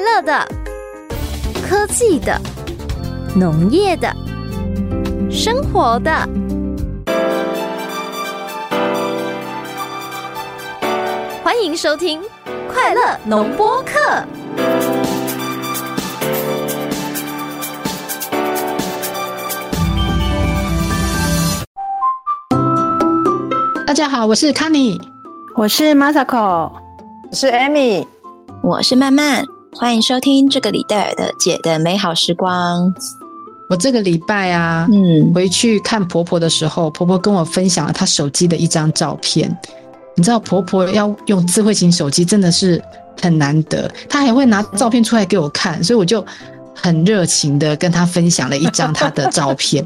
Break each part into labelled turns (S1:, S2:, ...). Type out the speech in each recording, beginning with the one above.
S1: 乐的、科技的、农业的、生活的。欢迎收听《快乐农播课》。
S2: 大家好，我是康妮。
S3: 我是 Masako，
S4: 我是 Amy，
S5: 我是曼曼，欢迎收听这个礼拜尔的姐的美好时光。
S2: 我这个礼拜啊，
S5: 嗯，
S2: 回去看婆婆的时候，婆婆跟我分享了她手机的一张照片。你知道，婆婆要用智慧型手机真的是很难得，她还会拿照片出来给我看，所以我就很热情的跟她分享了一张她的照片。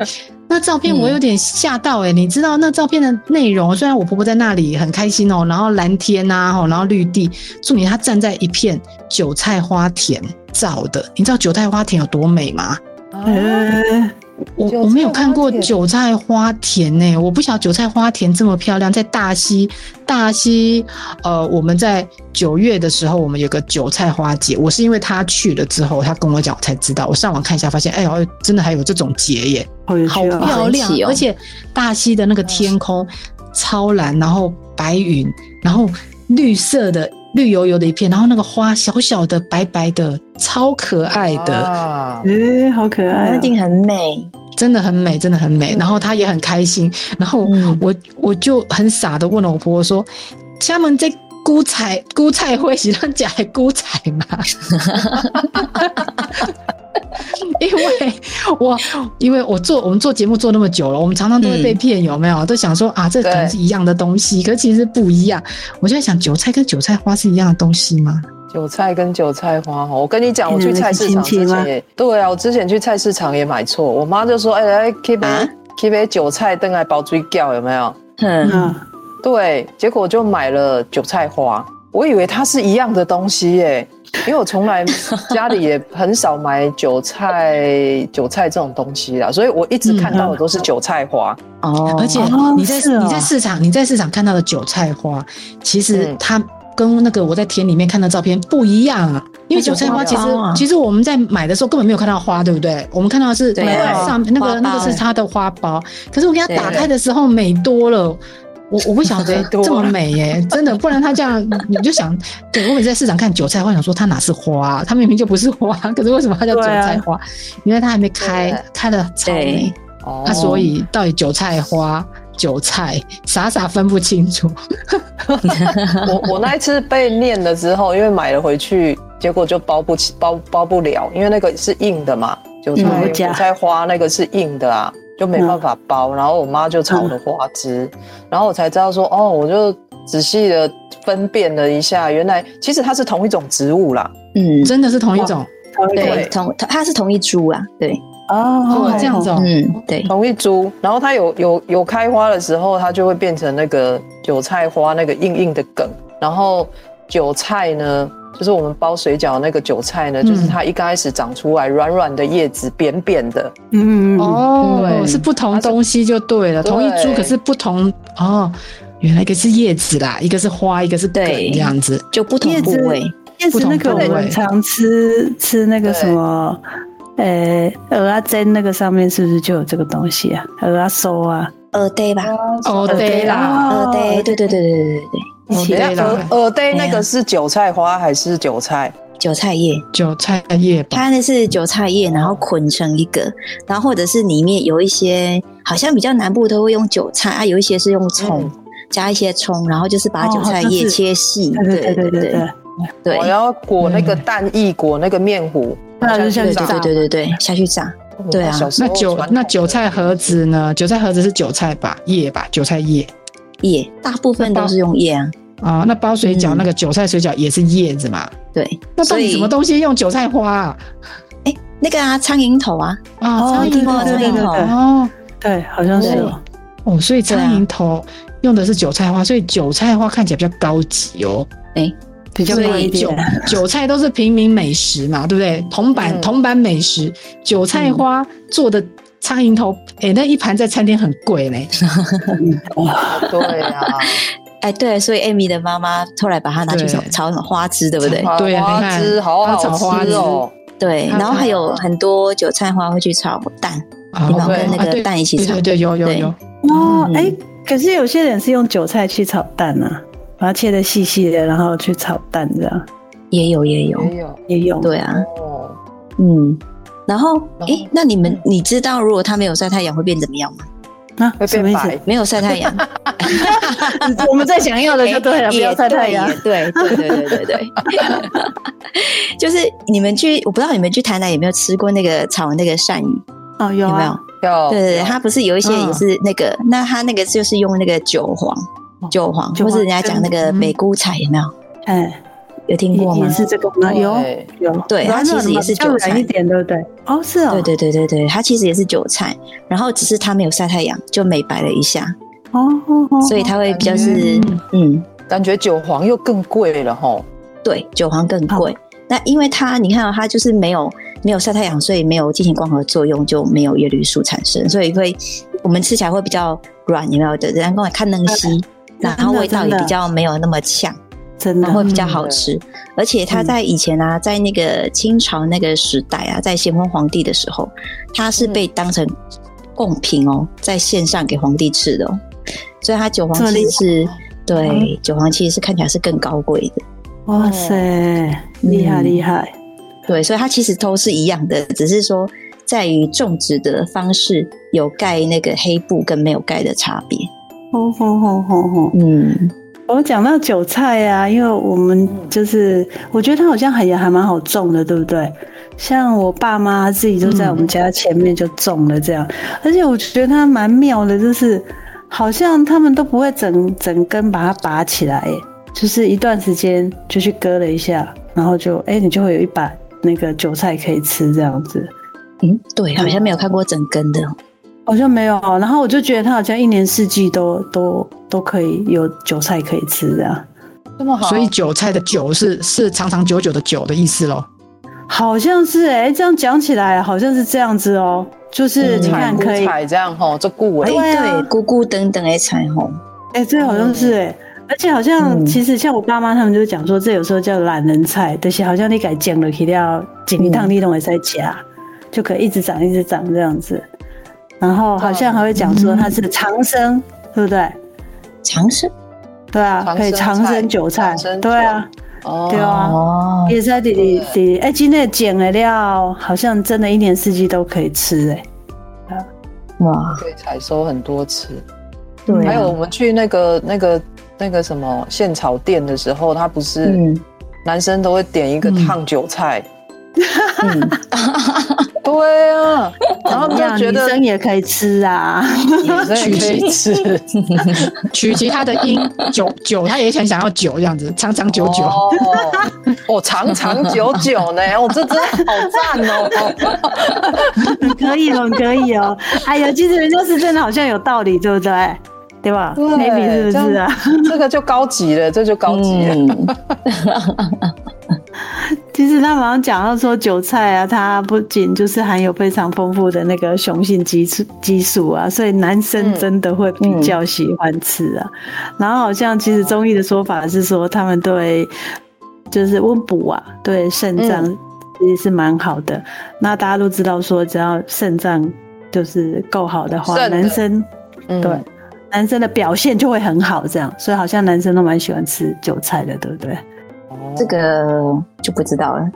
S2: 那照片我有点吓到哎、你知道那照片的内容？虽然我婆婆在那里很开心哦、然后蓝天呐、吼，然后绿地，重点她站在一片韭菜花田照的。你知道韭菜花田有多美吗？
S3: 嗯，
S2: 我
S4: 韭
S2: 我没有
S4: 菜
S2: 看
S4: 花
S2: 过
S4: 田
S2: 韭菜花田呢、我不晓得韭菜花田这么漂亮，在大溪，大溪，呃，我们在九月的时候，我们有个韭菜花节，我是因为他去了之后，他跟我讲，我才知道，我上网看一下，发现，哎呦，真的还有这种节耶，
S3: 好有
S2: 好
S3: 趣哦！
S2: 漂亮
S5: 好神奇，哦
S2: 而且大溪的那个天空超蓝，然后白云，然后绿色的绿油油的一片，然后那个花小小的白白的，超可爱的。
S4: 的
S3: 诶，好可爱
S5: 一
S3: 哦！
S5: 定很美。
S2: 真的很美，真的很美。
S5: 嗯
S2: 然后她也很开心，然后
S5: 嗯
S2: 我我就很傻的问了我婆婆说：“他们在菇菜菇菜会是让假的菇菜吗？” 因为我因为我做我们做节目做那么久了，我们常常都会
S5: 嗯
S2: 被骗，有没有？都想说啊，这可能是一样的东西，可其实不一样。我就在想，韭菜跟韭菜花是一样的东西吗？
S4: 韭菜跟韭菜花哦哈，我跟你讲，我
S3: 哎你
S4: 去
S3: 们
S4: 菜
S3: 是
S4: 市
S3: 亲
S4: 场
S3: 戚
S4: 之
S3: 吗
S4: 前也对啊，我之前去菜市场也买错，我妈就说：“哎、来，keep
S5: 啊
S4: keep 韭菜灯来包水饺，有没有
S5: 哼，
S3: 嗯，？”
S4: 对，结果我就买了韭菜花，我以为它是一样的东西耶，因为我从来家里也很少买韭菜韭菜这种东西啦，所以我一直看到的都是韭菜花。
S5: 哦
S2: 而且
S3: 嗯哦
S2: 你在、
S3: 是哦
S2: 你在市场你在市场看到的韭菜花，其实
S4: 嗯
S2: 它跟那个我在田里面看到照片不一样啊。因为
S4: 那就
S2: 韭菜花
S4: 花
S2: 其实、
S5: 苞啊
S2: 其实我们在买的时候根本没有看到花，对不对？我们看到的是
S5: 对
S4: 啊
S2: 上那
S5: 花苞
S2: 个那个是它的花苞，可是我给它
S5: 对
S2: 打开的时候美多了。我我不晓得
S4: 美多了
S2: 这么美耶、真的，不然它这样你就想，对我每次在市场看韭菜花，想说它哪是花啊、它明明就不是花，可是为什么它叫韭菜花？原来它还没开
S4: 对，
S2: 开了草莓
S5: 对。
S4: 哦
S2: 那、所以到底韭菜花、韭菜，傻傻分不清楚。
S4: 我我那一次被念了之后，因为买了回去，结果就包不起，包包不了，因为那个是硬的嘛，韭菜、
S3: 嗯
S4: 韭菜花那个是硬的啊，就没办法包。然后我妈就炒了花枝，然后我才知道说，哦，我就仔细的分辨了一下，原来其实它是同一种植物啦。
S5: 嗯，
S2: 真的是同一种
S5: 对
S4: 对，
S5: 同它是同一株啊，对，
S3: 哦
S2: 哦，这样子哦。
S5: 嗯，对，
S4: 同一株，然后它有有有开花的时候，它就会变成那个韭菜花那个硬硬的梗。然后韭菜呢，就是我们包水饺那个韭菜呢，
S2: 嗯
S4: 就是它一开始长出来软软的叶子，扁扁的，
S3: 嗯嗯嗯，
S2: 哦，
S5: 对
S2: 是不同东西就对了，
S4: 它是
S2: 同一株
S4: 对
S2: 可是不同哦。原来一个是叶子啦，一个是花，一个是梗
S5: 对
S2: 这样子。
S5: 就不同
S3: 叶
S5: 部
S3: 子
S5: 位。
S3: 叶子那个
S2: 不同
S3: 我
S2: 部位
S3: 们常吃吃那个
S4: 对
S3: 什么，呃，鹅啊煎那个上面是不是就有这个东西啊？鹅啊收啊，
S5: 呃，对吧？
S2: 哦，对啦，
S5: 呃，
S3: 哦
S5: 对，对对对对对对对，
S3: 一起
S2: 对啦
S4: 耳耳呆呃那
S5: 对啊
S4: 个是韭菜花还是韭菜？
S5: 韭菜叶，
S2: 韭菜叶吧。
S5: 它那是韭菜叶，然后捆成一个，然后或者是里面有一些，好像比较南部都会用韭菜，啊，有一些是用葱。加一些葱，然后就是把
S3: 哦
S5: 韭菜
S3: 好像
S5: 叶
S3: 是
S5: 切细，
S3: 对对对对对对，
S5: 对
S4: 我要裹那
S2: 嗯
S4: 个蛋液，裹那个面糊，
S2: 啊
S3: 那就像
S5: 对
S3: 炸
S5: 对对对对，下去炸。
S4: 哦
S5: 对啊
S4: 小时
S2: 那
S4: 候
S2: 韭
S4: 传统的
S2: 那韭菜盒子呢？韭菜盒子是韭菜吧叶吧，韭菜叶
S5: 叶，大部分都是用叶啊，
S2: 啊。那包水饺
S5: 嗯
S2: 那个韭菜水饺也是叶子嘛？
S5: 对。
S2: 那到
S5: 所
S2: 底
S5: 以
S2: 什么东西用韭菜花啊？
S5: 哎，那个啊，苍蝇头啊，
S2: 啊，
S3: 哦
S2: 苍
S5: 听
S2: 蝇
S5: 过
S2: 头
S5: 苍
S3: 对
S5: 蝇
S3: 对
S5: 头，
S2: 哦。
S3: 对，好像是
S5: 对
S3: 哦
S2: 哦，所以苍
S5: 对啊
S2: 蝇头用的是韭菜花，所以韭菜花看起来比较高级哦。
S3: 比较
S2: 所
S3: 贵一
S2: 以韭
S3: 点，
S2: 韭菜都是平民美食嘛，对不对？铜板、
S4: 嗯
S2: 铜板美食，韭菜花做的苍蝇头，哎、那一盘在餐厅很贵嘞。
S3: 嗯哇
S4: 对啊，
S5: 哎，对，所以 Amy 的妈妈后来把它拿去炒
S2: 对
S5: 炒什么花枝，对不对？
S4: 炒
S2: 对啊你
S4: 花
S2: 看
S4: 枝好
S2: 它炒花
S4: 好吃
S2: 枝
S4: 哦，
S5: 对，
S3: 嗯
S2: 它
S5: 然后还有
S4: 炒
S5: 很多韭菜花会去炒蛋，
S2: 啊
S5: 你把
S4: 跟
S5: 那个
S2: 啊对
S5: 蛋一起
S2: 对
S5: 炒
S2: 对对，有有
S5: 对
S2: 有，
S3: 哦，
S4: 嗯
S3: 哎、可是有些人是用韭菜去炒蛋啊，把它切的细细的，然后去炒蛋这样
S5: 也有也有，
S3: 嗯
S4: 也有
S3: 也有。
S5: 对啊，
S4: 哦。
S5: 嗯。然后，
S3: 哦
S4: 然后
S5: 哎，那你们
S4: 嗯
S5: 你知道如果它没有晒太阳会变怎么样吗？
S3: 啊，
S4: 会
S3: 什么
S4: 变
S3: 意
S4: 白
S3: 思？，
S5: 没有晒太阳，
S3: 我们在想要的就 对了，
S5: 哎
S3: 不要
S5: 也
S3: 晒太阳
S5: 也。对对对对对 对，就是你们去，我不知道你们去台南有没有吃过那个炒那个鳝鱼，
S3: 哦，有
S5: 有没
S3: 啊
S5: 有？？
S4: 要
S5: 对对对，
S4: 要
S5: 它不是有一些
S2: 嗯
S5: 也是那个，那它那个就是用那个韭黄，韭黄，
S3: 韭
S5: 或
S3: 哦黄
S5: 是人家讲那个
S2: 嗯
S5: 北菇菜，有没有？
S3: 哎，
S5: 有听过
S3: 也
S5: 吗
S3: 也？是这个吗？啊有
S4: 对
S3: 有，
S5: 对它
S3: 软
S5: 其
S3: 软
S5: 实
S3: 的
S5: 也
S3: 嘛
S5: 是
S3: 比较
S5: 韭
S3: 软
S5: 菜
S3: 一点，对不对？哦，是哦，
S5: 对对对对对，它其实也是韭菜，然后只是它没有晒太阳，就美白了一下，
S3: 哦，哦哦，
S5: 所以它会比较是
S2: 嗯
S5: 嗯，
S4: 感觉韭黄又更贵了吼，
S5: 对，韭黄更贵。那因为它，你看、哦、它就是没有没有晒太阳，所以没有进行光合作用，就没有叶绿素产生，所以会我们吃起来会比较软，有没有的？人家跟我看嫩
S3: 哎
S5: 稀，然后味道也比较没有那么呛。
S3: 真的
S5: 然后会比较
S3: 嗯
S5: 好吃。而且它在以前啊，在那个清朝那个时代啊，在咸丰皇帝的时候，它是被
S3: 嗯
S5: 当成贡品哦，在献上给皇帝吃的哦。所以它韭黄
S3: 这么
S5: 其
S3: 厉啊嗯
S5: 实是
S4: 害
S5: 对韭黄其实是看起来是更高贵的。
S3: 哇塞，厉害
S5: 嗯
S3: 厉害，
S5: 对，所以它其实都是一样的，只是说在于种植的方式有盖那个黑布跟没有盖的差别。
S3: 吼吼吼吼吼！
S5: 嗯，
S3: 哦我讲到韭菜啊，因为我们就是，我觉得它好像还也还蛮好种的，对不对？像我爸妈自己就在我们家前面就种了这样，而且我觉得它蛮妙的，就是好像他们都不会整整根把它拔起来，哎就是一段时间就去割了一下，然后就哎、你就会有一把那个韭菜可以吃这样子。
S5: 嗯，对，好像没有看过整根的。哦
S3: 好像没有，然后我就觉得它好像一年四季都都都可以有韭菜可以吃这样，
S4: 这么好，
S2: 所以韭菜的韭是是长长久久的久的意思喽。
S3: 好像是哎、这样讲起来好像是这样子哦，就是
S5: 嗯
S3: 你
S4: 采
S3: 看
S4: 菇
S3: 可以，哎、
S4: 采这样吼，这顾
S5: 哎、
S4: 尾
S3: 对啊
S5: 对，咕咕等等哎，彩虹。
S3: 这好像是哎、而且好像
S5: 嗯
S3: 其实像我爸妈他们就讲说，这有时候叫懒人菜，但是好像你改剪了，去掉剪一趟你拢会在夹，
S4: 嗯
S3: 就可以一直长一直长这样子，然后好像还会讲说它是
S4: 嗯
S3: 长生，对不对？
S5: 长生
S3: 对啊，
S4: 长
S3: 可以
S4: 生
S3: 长
S4: 菜
S3: 生韭菜
S4: 长生，
S3: 对啊，
S4: 哦
S3: 对啊
S5: 哦，
S3: 也是在弟弟弟，哎、今天剪的料好像真的一年四季都可以吃哎、
S5: 哇，
S4: 可以采收很多次。
S5: 对啊
S4: 还有我们去那个那个那个什么现炒店的时候，他不是
S5: 嗯
S4: 男生都会点一个
S2: 嗯
S4: 烫韭菜，
S5: 嗯，
S4: 对啊，然后
S3: 怎么样
S4: 就觉
S3: 女
S4: 得
S3: 生也可以吃啊，
S4: 女生也可以吃，
S2: 取其他的音，久久，他也很想要久这样子，长长久久。
S4: 哦，哦，长长久久呢，哦，这真的好赞哦，
S3: 很可以哦，很可以哦。哎呀，其实人家是真的好像有道理，对不对？对吧
S4: 对
S3: ？Maybe 是不是啊？
S4: 这个就高级了，这就高级了，
S3: 其实他马上讲到说韭菜啊，它不仅就是含有非常丰富的那个雄性激素激素啊，所以男生
S4: 嗯
S3: 真的会比较喜欢吃啊。然后好像其实中医的说法是说，他们对就是温补啊，对肾脏
S4: 嗯
S3: 其实是蛮好的。那大家都知道说，只要肾脏就是够好的话，
S4: 肾的
S3: 男生
S4: 嗯
S3: 对。男生的表现就会很好，这样，所以好像男生都蛮喜欢吃韭菜的，对不对？
S4: 哦
S5: 这个就不知道了。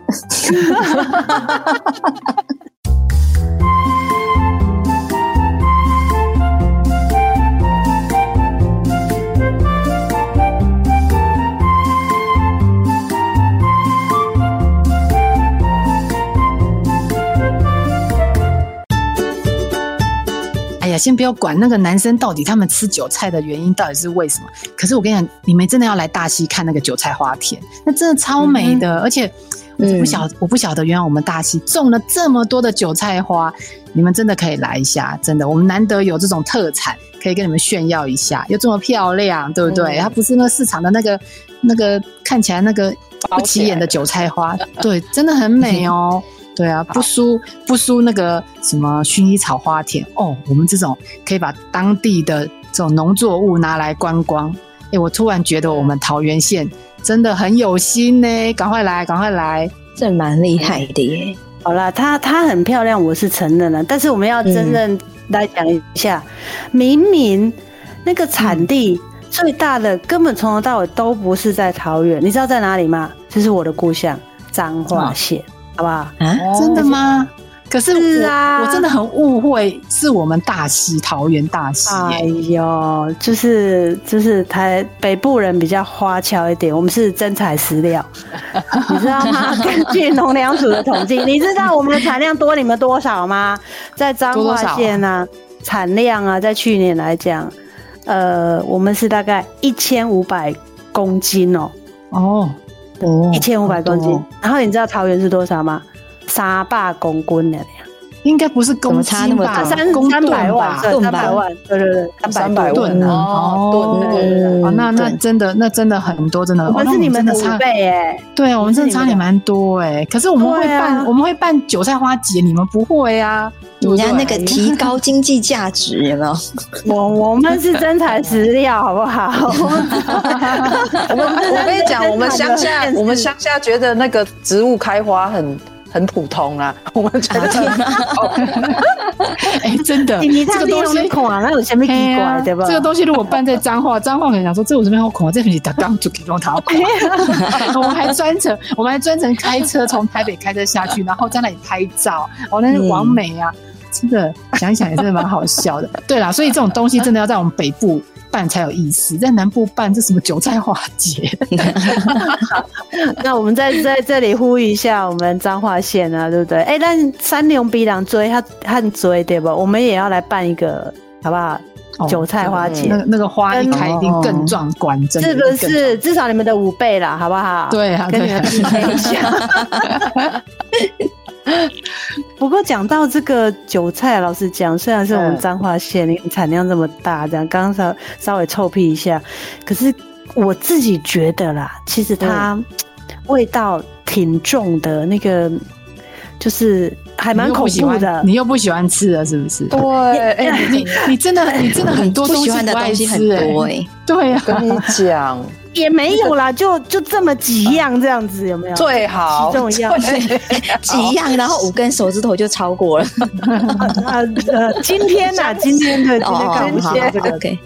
S2: 哎呀，先不要管那个男生到底他们吃韭菜的原因到底是为什么。可是我跟你讲，你们真的要来大溪看那个韭菜花田，那真的超美的。而且我
S5: 嗯
S2: 不晓、我不晓得，原来我们大溪种了这么多的韭菜花，你们真的可以来一下，真的，我们难得有这种特产可以跟你们炫耀一下，又这么漂亮，对不对？
S4: 嗯
S2: 它不是那个市场的那个那个看起来那个不起眼的韭菜花，对，真的很美哦。对啊，不输不输那个什么薰衣草花田哦。我们这种可以把当地的这种农作物拿来观光，哎，我突然觉得我们桃园县真的很有心呢、赶快来，赶快来！
S5: 这蛮厉害的耶。
S3: 好啦，她她很漂亮，我是承认了，但是我们要真正来讲一下，明明那个产地最大的根本从头到尾都不是在桃园，你知道在哪里吗？就是我的故乡彰化县，好不好？
S5: 啊，
S2: 真的吗？可哦是
S3: 是
S2: 我
S3: 啊
S2: 我真的很误会，是我们大溪桃园大溪、
S3: 哎
S2: 耶
S3: 呦，就是就是台北部人比较花俏一点，我们是真材 实料，你知道吗？ 根据农粮署的统计，你知道我们的产量多你们多少吗？在彰
S2: 多多
S3: 化
S2: 少啊
S3: 县啊，产量啊，在去年来讲，呃，我们是大概一千五百公斤哦、
S2: 哦，
S5: 哦
S3: 一，千五百公斤。
S2: 好多哦
S3: 然后你知道桃园是多少吗？三百公斤的
S2: 应该不是公
S5: 怎么差那
S2: 斤
S5: 么
S2: 吧？
S5: 多
S3: 三
S2: 公
S3: 三百
S2: 吨
S3: 万，
S2: 吧？
S3: 对
S5: 吨
S3: 三
S5: 吧
S3: 百万，对对对，
S4: 三百
S2: 吨
S4: 万
S2: 啊
S4: 哦，
S2: 哦
S4: 对对
S5: 嗯
S4: 对，
S2: 哦，那那
S5: 对
S2: 真的，那真的很多，真的。
S3: 我
S2: 哦
S3: 们
S2: 那
S3: 是你们的
S2: 真
S3: 五
S2: 差，
S3: 倍哎、
S2: 对，我们真的
S3: 我
S2: 差
S3: 们是你们的
S2: 也蛮多哎。可是我们会
S3: 对啊
S2: 办，我们会办韭菜花节，你们不会啊？对不
S5: 人
S2: 对
S5: 家那个提高经济价值有没有？
S3: 我我们是真材实料，好不好？
S4: 我们我跟你讲，我们乡下
S3: 真的是
S4: 我们乡下觉得那个植物开花很很普通啊啦，我们觉得
S2: 哎，真的，
S3: 你
S2: 这个东西。
S3: 垮，那有前面
S2: 嘿
S3: 奇
S2: 啊
S3: 怪，对吧？
S2: 这个东西如果办在彰化，彰化可能想说，这我这边好恐啊，这边你打刚就给用它。
S3: 啊
S2: 我们还专程，我们还专程开车从台北开车下去，然后在那里拍照，哦，那是
S5: 嗯
S2: 完美啊！真的想一想也真的蛮好笑的。对啦，所以这种东西真的要在我们北部办才有意思，在南部办这什么韭菜花节？
S3: 那我们在在这里呼吁一下，我们彰化县啊，对不对？哎、但三龙鼻梁追他他追对吧？我们也要来办一个，好不好？
S2: 哦
S3: 韭菜花节
S2: 那个那个花一开一定更壮观，真的
S3: 是不
S2: 一定更
S3: 是至少你们的五倍啦，好不好？
S2: 壮观？。对啊，
S3: 跟你
S2: 对
S3: 们
S2: 啊。
S3: PK 一下。 不过讲到这个韭菜，老实讲，虽然是我们
S4: 嗯
S3: 彰化县产量这么大，这样刚刚稍稍微臭屁一下，可是我自己觉得啦，其实它味道挺重的，那个就是还蛮
S2: 你又
S3: 恐
S2: 不喜
S3: 怖
S2: 欢
S3: 的。
S2: 你又不喜欢吃了，是不是？
S4: 对，哎，
S2: 你你真的你真的很多
S5: 不
S2: 东
S5: 喜
S2: 西
S5: 欢的
S2: 不爱
S5: 东西很
S2: 吃哎
S5: 多哎，
S2: 对啊，
S4: 跟你讲，
S3: 也没有啦，就就这么几样这样子，有没有？
S4: 最好
S3: 其中一样
S5: 欸几样，然后五根手指头就超过了。
S3: 啊呃，今天 呐，今天对，今天
S5: 哦
S3: 刚，
S5: 好
S3: 好
S5: 好
S3: 这个
S5: OK，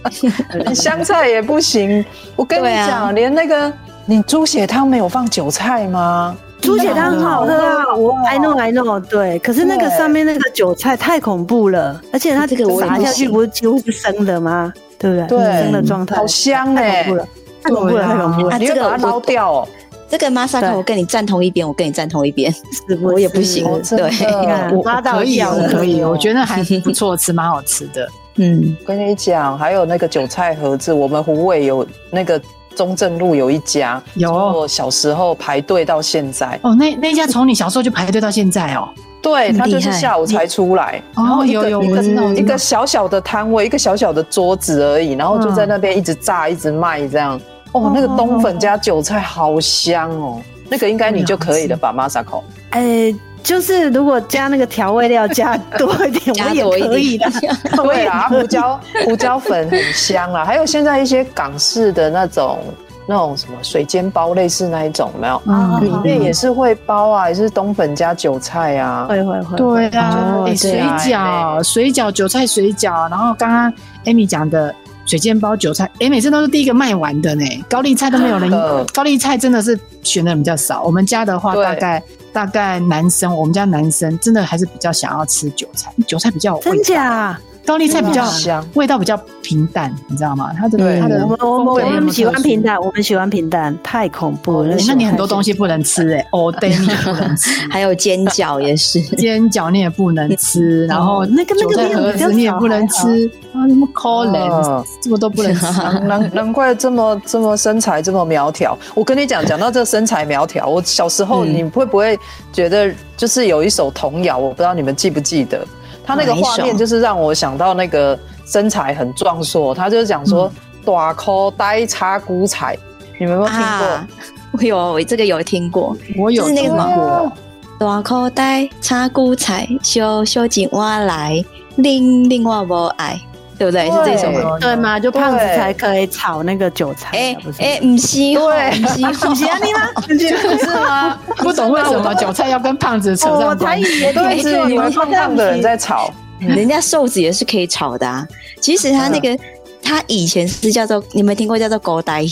S4: 香菜也不行。我跟你
S5: 对啊
S4: 讲，连那个你猪血汤没有放韭菜吗？
S3: 猪血汤很好喝啊，我 I know I know，对。可是那个
S4: 对
S3: 上面那个韭菜太恐怖了，而且它
S5: 这个我也
S3: 撒
S5: 不
S3: 下去
S5: 行
S3: 不是几乎是生的吗？对不对？
S4: 对
S3: 生的状态，
S4: 好香
S3: 太
S4: 哎
S3: 恐怖了，太恐怖
S2: 欸
S3: 了，
S2: 对啊
S3: 太恐怖了，
S5: 啊
S4: 你
S5: 这
S4: 会
S5: 个
S4: 把它
S5: 我
S4: 捞掉哦。
S5: 这个 Masako
S3: 对
S5: 我跟你站同一边，我跟你站同一边。
S3: 是
S5: 我也不行
S3: 是
S4: 哦真的
S5: 对
S3: 你看
S2: 我
S3: 拉
S2: 我
S3: 到
S2: 可以，
S3: 掉
S2: 我
S3: 了
S2: 可以，我觉得还不错吃，蛮好吃的。
S5: 嗯，
S4: 跟你讲，还有那个韭菜盒子，我们湖尾有那个中正路有一家，
S2: 有
S4: 我小时候排队到现在，
S2: 哦，那那家从你小时候就排队到现在哦。
S4: 对，
S5: 很
S4: 它就是
S5: 厉害
S4: 下午才出来，然后
S2: 哦，
S4: 一个
S2: 有有，
S4: 一
S2: 我
S4: 个
S2: 知道，我知
S4: 一
S2: 道
S4: 个小小的摊位，一个小小的桌子而已，然后就在那
S2: 嗯
S4: 边一直炸，一直卖这样。哦
S3: 哦，
S4: 那个冬粉加韭菜好香哦，那个应该你就可以了吧，Masako？
S3: 哎。就是如果加那个调味料加多一点，
S5: 加
S3: 我也
S5: 多一
S3: 可以的
S5: 点。
S3: 我
S4: 对
S3: 也
S4: 啊，
S3: 可
S4: 胡
S3: 以
S4: 椒胡椒粉很香啊，还有现在一些港式的那种那种什么水煎包，类似那一种有没有？
S3: 啊
S4: 里
S2: 嗯，
S4: 面也是会包啊，也是冬粉加韭菜啊。
S3: 会会会，
S2: 对啊
S5: 哦，
S2: 哎
S5: 对
S2: 水
S4: 啊
S2: 饺、水饺、韭菜水饺，然后刚刚 Amy 讲的水煎包、韭菜，哎，每次都是第一个卖完的呢。高丽菜都没有人
S4: 真的，
S2: 高丽菜真的是选的人比较少。我们家的话，
S4: 对
S2: 大概大概男生，我们家男生真的还是比较想要吃韭菜，韭菜比较有味
S3: 真
S2: 道。
S3: 假？
S2: 高丽菜比较嗯
S4: 真的很香
S2: 味道比较平淡，你知道吗？它的
S4: 对
S2: 它的
S3: 我们我
S2: 风味没
S3: 们我
S2: 有那么
S3: 们喜欢
S2: 特殊
S3: 平。淡，我们喜欢平淡，太恐怖了
S2: 哎。那你很多东
S3: 西
S2: 西不能吃哎，哦，对，你也不能吃，
S5: 还有煎饺也是，
S2: 煎饺你也不能吃，然后
S3: 哦那个那个
S2: 韭菜
S3: 量
S2: 盒
S3: 比较
S2: 子你也
S3: 少
S2: 不能吃，啊，什么 c o l
S4: 哦
S2: 这么都不能吃，啊
S4: 难难难怪这么这么身材这么苗条。我跟你讲，讲到这身材苗条，我小时候
S5: 嗯
S4: 你会不会觉得就是有一首童谣，我不知道你们记不记得？他那个画
S5: 哪一
S4: 面
S5: 首
S4: 就是让我想到那个身材很壮硕，他就是讲说短裤呆叉骨彩，你们有没有听过
S5: 啊？我有，我这个有听过。
S2: 我有
S5: 就是那个
S2: 听
S5: 什
S2: 过
S4: 么，
S5: 大口袋插菇菜，小小一碗来，另另外无爱。对不对？是这种
S4: 对啊
S5: 哦。
S3: 对吗？就胖子
S4: 对
S3: 才可以炒那个韭菜
S5: 哎
S3: 啊，不是
S5: 哎，唔是哦，
S4: 对
S5: 唔是哦，
S3: 不是啊你吗？不是
S4: 是吗？
S2: 不懂为什么韭菜要跟胖子扯
S3: 哦我
S2: 上
S3: 才
S2: 关
S3: 以
S2: 系。
S3: 为
S4: 都一
S3: 你
S4: 直
S3: 们
S4: 以为胖胖的人在吵，
S5: 人家瘦子也是可以炒的啊。其实他那个，他以前是叫做，你们听过叫做狗呆鱼，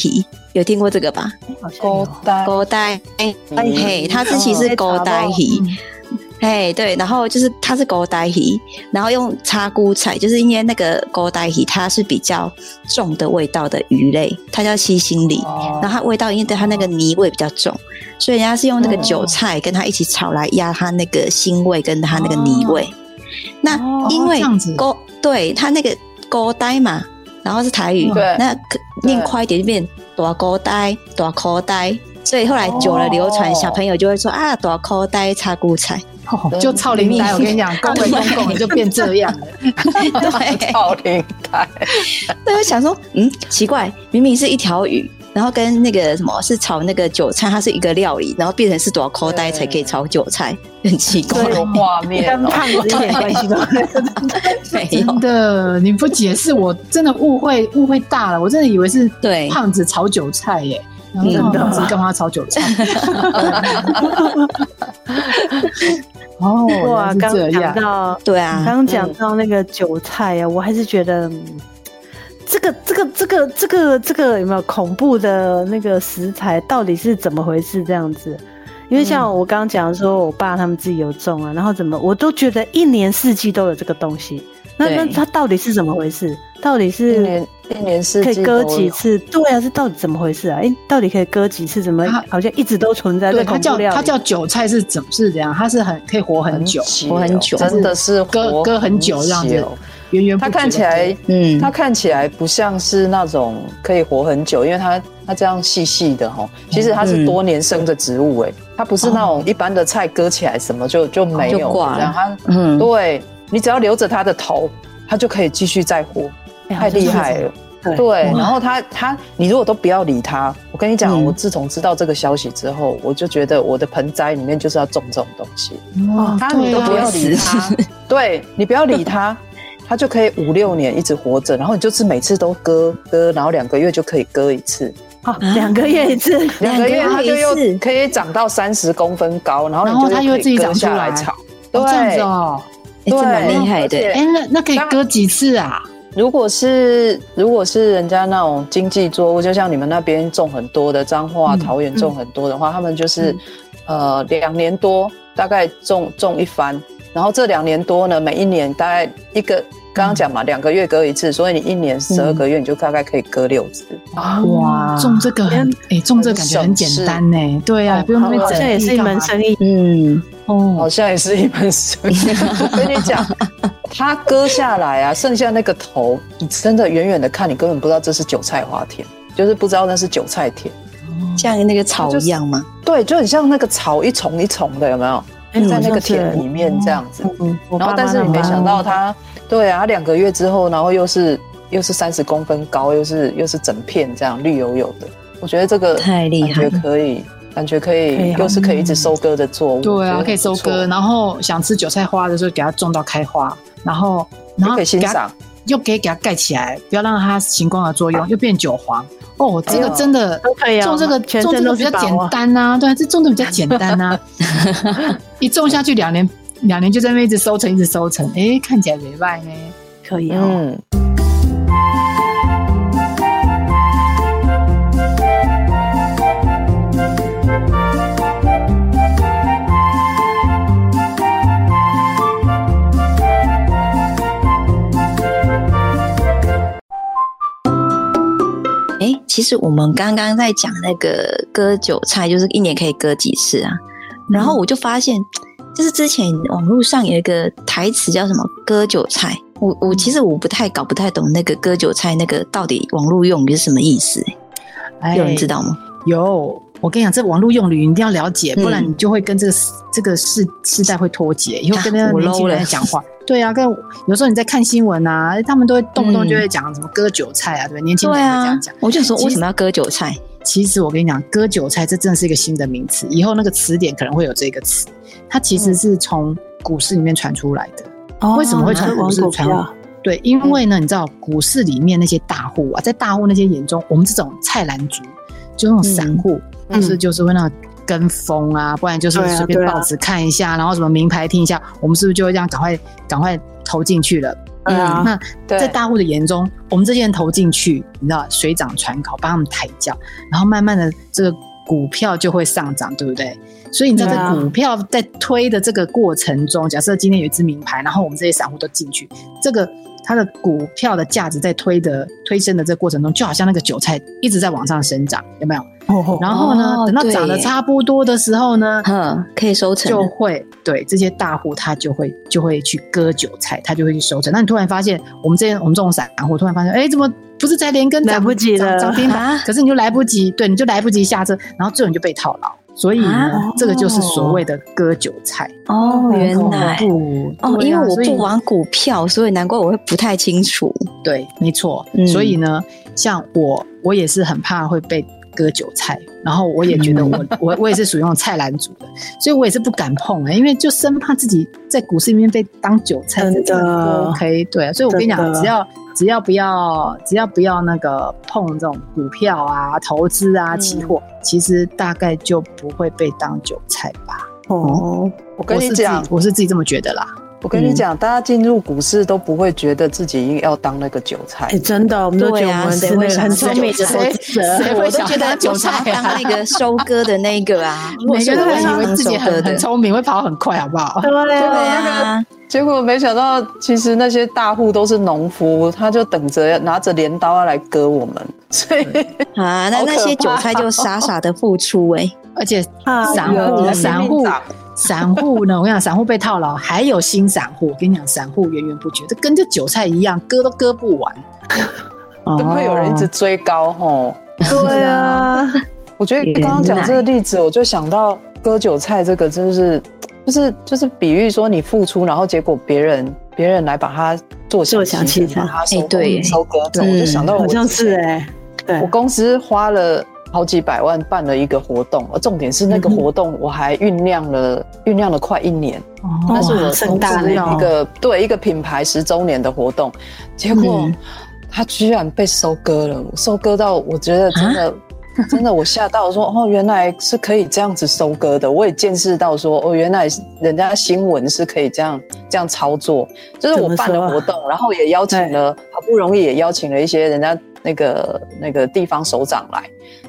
S5: 有听过这个吧？
S3: 好像有
S4: 勾搭
S5: 狗呆，
S4: 哎
S5: 嘿，它是其实是狗呆鱼。哎，对，然后就是它是狗呆鱼，然后用叉菇菜，就是因为那个狗呆鱼它是比较重的味道的鱼类，它叫七星鲤，
S4: 哦
S5: 然后它味道因为对它那个泥味比较重，所以人家是用那个韭菜跟它一起炒来压它那个腥味跟它那个泥味。那因为
S2: 哦这样子
S5: 勾对它那个勾呆嘛，然后是台语，
S4: 对
S5: 那可
S4: 对
S5: 念快一点就变大勾呆、大口呆，所以后来久了
S4: 哦
S5: 流传，小朋友就会说啊，大口呆插菇 菜，
S2: 哦就超龄呆，我跟你讲，公为公共就变这样了。
S5: 对，
S4: 超灵感，
S5: 对，我想说，嗯，奇怪，明明是一条鱼。然后跟那个什么是炒那个韭菜，它是一个料理，然后变成是多口呆才可以炒韭菜，很奇怪，
S4: 有画 面
S3: 跟
S4: 哦。
S3: 胖子一点关系都没有。
S5: 没
S2: 真
S5: 有
S2: 的，你不解释，我真的误会误会大了，我真的以为是
S5: 对
S2: 胖子炒韭菜耶。然后
S5: 嗯
S2: 想胖子干嘛炒韭 菜？哦，
S3: 哇，
S2: 原来
S3: 刚
S2: 是这
S3: 讲
S2: 样，
S3: 到
S5: 对啊，
S3: 刚讲到那个韭菜啊，我还是觉得。嗯这个这个这个这个这个有没有恐怖的那个食材到底是怎么回事？这样子，因为像我刚刚讲说，我爸他们自己有种啊，然后怎么我都觉得一年四季都有这个东西，那
S5: 对
S3: 那它到底是怎么回事？到底
S4: 一
S3: 是
S4: 年一年四
S3: 可
S4: 季
S3: 以
S4: 都
S3: 割
S4: 有
S3: 几？次？对啊，这到底怎么回事啊？哎，到底可以割几次？怎么
S2: 它
S3: 好像一直都存在
S2: 对，
S3: 在
S2: 它
S3: 恐
S2: 叫
S3: 怖料
S2: 它
S3: 理？
S2: 叫韭菜是怎是怎样？它是很可以活很久，
S4: 哦
S5: 活很久
S4: 真的是
S2: 割
S4: 活
S2: 割很久这样子
S4: 久
S2: 源源不
S4: 它
S2: 绝。
S4: 看起来，
S5: 嗯，
S4: 它看起来不像是那种可以活很久，因为它它这样细细的哈，其实它是多年生的植物哎，它不是那种一般的菜割起来什么就就没有
S5: 就挂了
S4: 这样，它
S5: 嗯，
S4: 对你只要留着它的头，它就可以继续再活，
S3: 哎
S4: 太厉害。
S3: 好像是
S4: 了。
S3: 对
S4: 对，
S2: 哇
S4: 然后他他，你如果都不要理他，我跟你讲，
S5: 嗯
S4: 我自从知道这个消息之后，我就觉得我的盆栽里面就是要种这种东西。
S2: 哇
S4: 他你都不
S2: 对啊
S4: 要理 他，对你不要理他，他就可以五六年一直活着，然后你就是每次都割割，然后两个月就可以割一次，
S3: 哦，两个月一次，
S4: 两个月
S5: 两
S4: 它
S5: 个
S4: 就
S5: 月一次
S4: 又可以长到三十公分高，然后
S2: 然后
S4: 你就
S2: 它又
S4: 可以
S2: 自己
S4: 割
S2: 长出
S4: 下
S2: 来
S4: 来炒。
S2: 哦这样子
S4: 对，
S2: 哦。
S5: 哎，这蛮厉害的
S4: 对而，且
S2: 哎，那那可以
S4: 当然
S2: 割几次啊？
S4: 如果是如果是人家那种经济作物，就像你们那边种很多的彰化、
S2: 嗯
S4: 桃园种很多的话，他们就是、呃两年多大概种种一番，然后这两年多呢，每一年大概一个刚刚讲嘛，两、个月割一次，所以你一年十二个月，你就大概可以割六次。
S2: 哇，种这个很哎，种这个感觉很简单呢。对呀，
S4: 很省事
S2: 不用那边
S3: 好
S2: 整
S3: 像也是
S2: 地
S3: 一
S2: 干嘛
S3: 门生意。
S5: 嗯，
S2: 哦
S4: 好，像也是一门生意。 我跟你讲，它割下来啊，剩下那个头，你真的远远的看，你根本不知道这是韭菜花田，就是不知道那是韭菜田。
S5: 像那个草一样嘛，
S4: 对，就很像那个草一丛一丛的，有没有？
S3: 哎
S4: 在
S3: 好
S4: 那个
S3: 像是
S4: 田里面这样子。
S3: 嗯，我
S4: 然
S3: 爸
S4: 后，但
S3: 妈
S4: 是你
S3: 那
S4: 没
S3: 边
S4: 想到它，对啊，它两个月之后，然后又是又是三十公分高，又是又是整片这样绿油油的。我觉得这个
S5: 太厉害
S4: 感觉可以，感觉可
S3: 可以
S4: 以，
S3: 啊
S4: 又是可以一直收割的作物。
S2: 对
S4: 我觉
S2: 啊，
S4: 得
S2: 可以收
S4: 很不错
S2: 割，，然后想吃韭菜花的时候给它种到开花，然后然
S4: 也
S2: 后
S4: 可以欣
S2: 给它
S4: 赏。
S2: 又可以给它盖起来，不要让它行光合作用，又变韭黄。哦，这个
S4: 哎呦
S2: 真的
S3: 都可以啊
S2: 种这个
S3: 全
S2: 种
S3: 身
S2: 这个
S3: 都
S2: 比
S3: 是
S2: 较
S3: 宝啊
S2: 简单呐、对啊，这种的比较简单 呐、一种下去两年，两年就在那边一直收成，一直收成，哎、看起来没败呢。
S3: 可以哦。
S4: 嗯，
S5: 哎，其实我们刚刚在讲那个割韭菜，就是一年可以割几次啊？然后我就发现，就是之前网络上有一个台词叫什么“割韭菜”，我我其实我不太搞不太懂那个“割韭菜”那个到底网络用语是什么意思、
S2: 哎
S5: 有人知道吗？
S2: 有，我跟你讲，这网络用语你一定要了解，
S5: 嗯
S2: 不然你就会跟这个世这个世世代会脱节，以后跟那
S5: 啊
S2: 个
S5: 我
S2: 年轻
S5: low
S2: 人
S5: 了
S2: 讲话。对啊，跟有时候你在看新闻啊，他们都会动不动就会讲什么割韭菜啊，对不对？年轻人
S5: 嗯对
S2: 也会这
S5: 啊
S2: 样讲。，
S5: 我就说
S2: 其实
S5: 为什么要割韭菜？
S2: 其实我跟你讲，割韭菜这真的是一个新的名词，以后那个词典可能会有这个词。
S5: 嗯
S2: 它其实是从股市里面传出来的。
S3: 哦
S2: 为什么会
S3: 那
S2: 传
S3: 是
S2: 股
S3: 王
S2: 市
S3: 狗
S2: 传
S3: 票？
S2: 对，因为呢，你知道股市里面那些大户啊，在大户那些眼中，我们这种菜篮族，就那种散户，
S4: 嗯
S2: 就是就是会那种跟风啊，不然就是
S3: 对啊
S2: 随便
S3: 对啊
S2: 报纸看一下，然后什么名牌听一下，我们是不是就会这样赶快赶快投进去了？嗯
S3: 对啊
S2: 那
S4: 对
S2: 在大户的眼中，我们这些人投进去，你知道水涨船高，帮他们抬轿，然后慢慢的这个股票就会上涨，对不对？所以你知道，
S3: 对啊
S2: 在股票在推的这个过程中，假设今天有一只名牌，然后我们这些散户都进去，这个它的股票的价值在推的推升的这个过程中，就好像那个韭菜一直在往上生长，有没有？
S3: 哦，
S2: 然后呢，
S5: 哦
S2: 等到涨
S5: 对
S2: 得
S5: 耶
S2: 差不多的时候呢，
S5: 嗯，可以收成
S2: 就
S5: 了。
S2: 会对这些大户，他就会就会去割韭菜，他就会去收成。那你突然发现，我们这些我们这种散户突然发现，哎，怎么不是才连根
S3: 来
S2: 涨
S3: 不及
S2: 涨
S3: 了
S2: 涨停板，
S5: 啊
S2: 可是你就来不及，对，你就来不及下车，然后最后你就被套牢。所 以呢，哦
S5: 啊
S2: 这个就是所谓的割韭菜。
S5: 哦，原来
S2: 不
S5: 哦，因为我不
S2: 玩。
S5: 玩股票，所以难怪我会不太清楚。
S2: 对，没错。
S5: 嗯
S2: 所以呢，像我，我也是很怕会被割韭菜，然后我也觉得我，我我也是属于那种菜篮族的，所以我也是不敢碰啊的、因为就生怕自己在股市里面被当韭菜，
S3: 真的
S2: 这个不 OK。对啊，所以我跟你
S3: 真
S2: 讲，
S3: 的
S2: 只要只要不要只要不要那个碰这种股票啊、投资啊、期货，其实大概就不会被当韭菜吧。
S3: 哦，
S4: 我跟
S2: 我
S4: 你
S2: 是自己
S4: 讲，
S2: 我是自己这么觉得啦。
S4: 我跟你讲，大家进入股市都不会觉得自己要当那个韭菜
S3: 哎，，真的，我们都觉
S5: 对
S3: 得
S5: 啊
S3: 我们
S5: 谁
S3: 是那
S5: 会
S3: 个
S5: 想
S3: 很
S5: 吃
S3: 聪明的投
S2: 谁
S3: 资者，
S2: 谁会
S5: 我都
S2: 想
S5: 觉得
S2: 当
S5: 不
S2: 韭
S5: 是要
S2: 菜
S5: 当
S2: 啊？
S5: 那个收割的那 个啊，如果
S2: 每
S5: 是
S2: 个人
S5: 我
S2: 都
S5: 会
S2: 以
S5: 想
S2: 为
S5: 当
S2: 自
S5: 收
S2: 己
S5: 割
S2: 很很
S5: 的。
S2: 聪明，会跑很快，好不 好？
S3: 对
S5: 对
S3: 啊，
S5: 啊，
S4: 结果没想到其实那些大户都是农夫，他就等着拿着镰刀要来割我们，所以
S5: 啊，那
S4: 好可
S5: 那些韭菜就傻傻的付出哎、
S2: 而且
S3: 啊
S2: 散
S4: 有
S2: 户
S4: 人
S2: 散
S4: 拼命
S2: 户
S4: 涨
S2: 散户呢，我跟你讲，散户被套牢，还有新散户。我跟你讲，散户源源不绝，这跟这韭菜一样，割都割不完。
S4: 都会有人一直追高吼。
S3: 哦对啊，
S4: 我觉得刚刚讲这个例子，我就想到割韭菜这个，就是就是就是比喻说你付出，然后结果别人别人来把它做
S3: 做
S4: 享
S3: 享其
S4: 其成，
S3: 成
S4: 把它收
S5: 哎对耶
S4: 收割走。我就
S5: 嗯
S4: 想到我
S3: 好像
S4: 之前
S3: 是哎，对
S4: 我，公司花了好几百万办了一个活动，而重点是
S3: 嗯
S4: 那个活动我还酝酿了酝酿了快一年，那
S2: 哦，
S4: 是我
S3: 盛
S4: 公
S3: 大
S4: 司
S3: 嘞
S4: 一个对一个品牌十周年的活动，结果
S5: 嗯
S4: 它居然被收割了，收割到我觉得真
S3: 啊
S4: 的。 真的，我吓到我说哦，原来是可以这样子收割的。我也见识到说哦，原来人家新闻是可以这样这样操作。就是我办
S3: 怎么
S4: 了
S3: 说啊
S4: 活动，然后也邀请了，好不容易也邀请了一些人家那个那个地方首长来。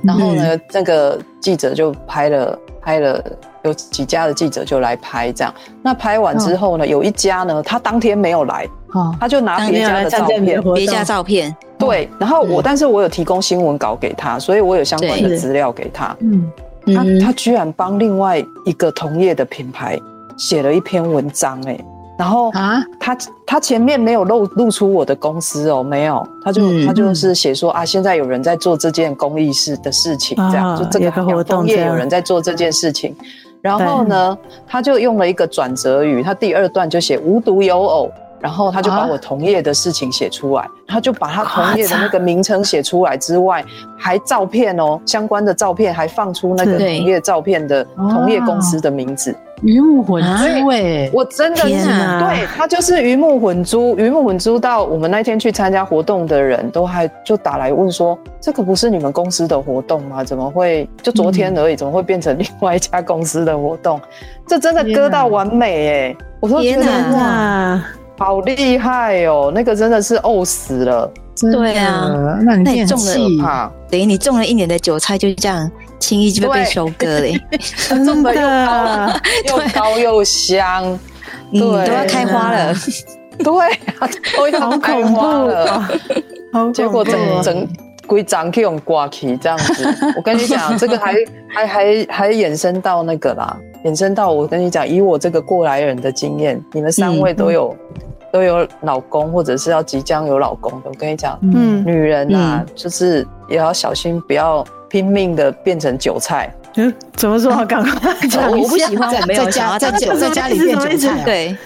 S4: 然后呢，
S3: 嗯
S4: 那个记者就拍了拍了，有几家的记者就来拍这样。那拍完之后呢，有一家呢，他当天没有来，
S2: 哦，
S4: 他就拿
S5: 当
S4: 别
S3: 没有
S4: 家
S3: 来
S4: 的照
S3: 参加你
S4: 片
S3: 的，活
S5: 别
S3: 动
S5: 家，照片，
S4: 对。然后我，但是我有提供新闻稿给他，所以我有相关的
S5: 对
S4: 资料给他。
S2: 嗯，
S4: 他
S5: 嗯，
S4: 他居然帮另外一个同业的品牌写了一篇文章、哎，然后
S2: 啊，
S4: 他他前面没有露露出我的公司哦，没有，他就、
S5: 嗯
S4: 他就是写说啊，现在有人在做这件公益事的事情，
S3: 啊
S4: 这样、就这
S3: 有个活
S4: 养
S3: 动
S4: 蜂
S3: 这
S4: 业
S3: 样
S4: 有人在做这件事情。然后呢，他就用了一个转折语，他第二段就写无独有偶，然后他就把
S2: 啊
S4: 我同业的事情写出来，他就把他同业的那个名称写出来之外，还照片哦，相关的照片还放出那个
S5: 对
S4: 同业照片的同业公
S2: 哦
S4: 司的名字。
S2: 鱼目混
S5: 啊
S2: 珠哎，
S4: 我真的
S5: 哦天
S4: 是，
S5: 啊
S4: 对他就是鱼目混珠，鱼目混珠到我们那天去参加活动的人都还就打来问说，这个不是你们公司的活动吗？怎么会就昨天而已，怎么会变成另外一家公司的活 动？这真的割到完美哎、我都觉得
S5: 天啊
S4: 哇，
S3: 哇，
S4: 好厉害哦，那个真的是呕死了，
S2: 真的
S5: 对啊，
S2: 那你
S5: 那你
S2: 变
S5: 中了
S2: 气
S4: 啊，
S5: 等于你种了一年的韭菜，就这样轻易就被
S4: 对
S5: 收割哎嘞、
S4: 真的又高
S3: 的，
S4: 又高又香，
S5: 嗯，
S4: 对
S5: 都要开花了，
S4: 对啊，都要
S3: 好
S4: 开
S3: 恐怖
S4: 花了。
S3: 啊，好恐怖
S4: 结果
S2: 对
S4: 整整规章去用挂起这 样子。我跟你讲，这个还还还还衍生到那个啦，衍生到我跟你讲，以我这个过来人的经验，你们三位都有、
S3: 嗯
S4: 都有老公，或者是要即将有老公的，我跟你讲，
S2: 嗯，
S3: 嗯
S4: 女人啊，就是也要小心，不要拼命的变成韭菜。
S3: 嗯，怎么说？赶快
S5: 我
S3: 讲一
S5: 我不
S3: 下
S5: 喜欢我没
S2: 在
S5: 有想
S2: 家
S5: 要
S2: 在
S5: 当
S2: 家
S5: 韭
S2: 在
S5: 菜，
S2: 家里变韭菜啊，
S5: 对，？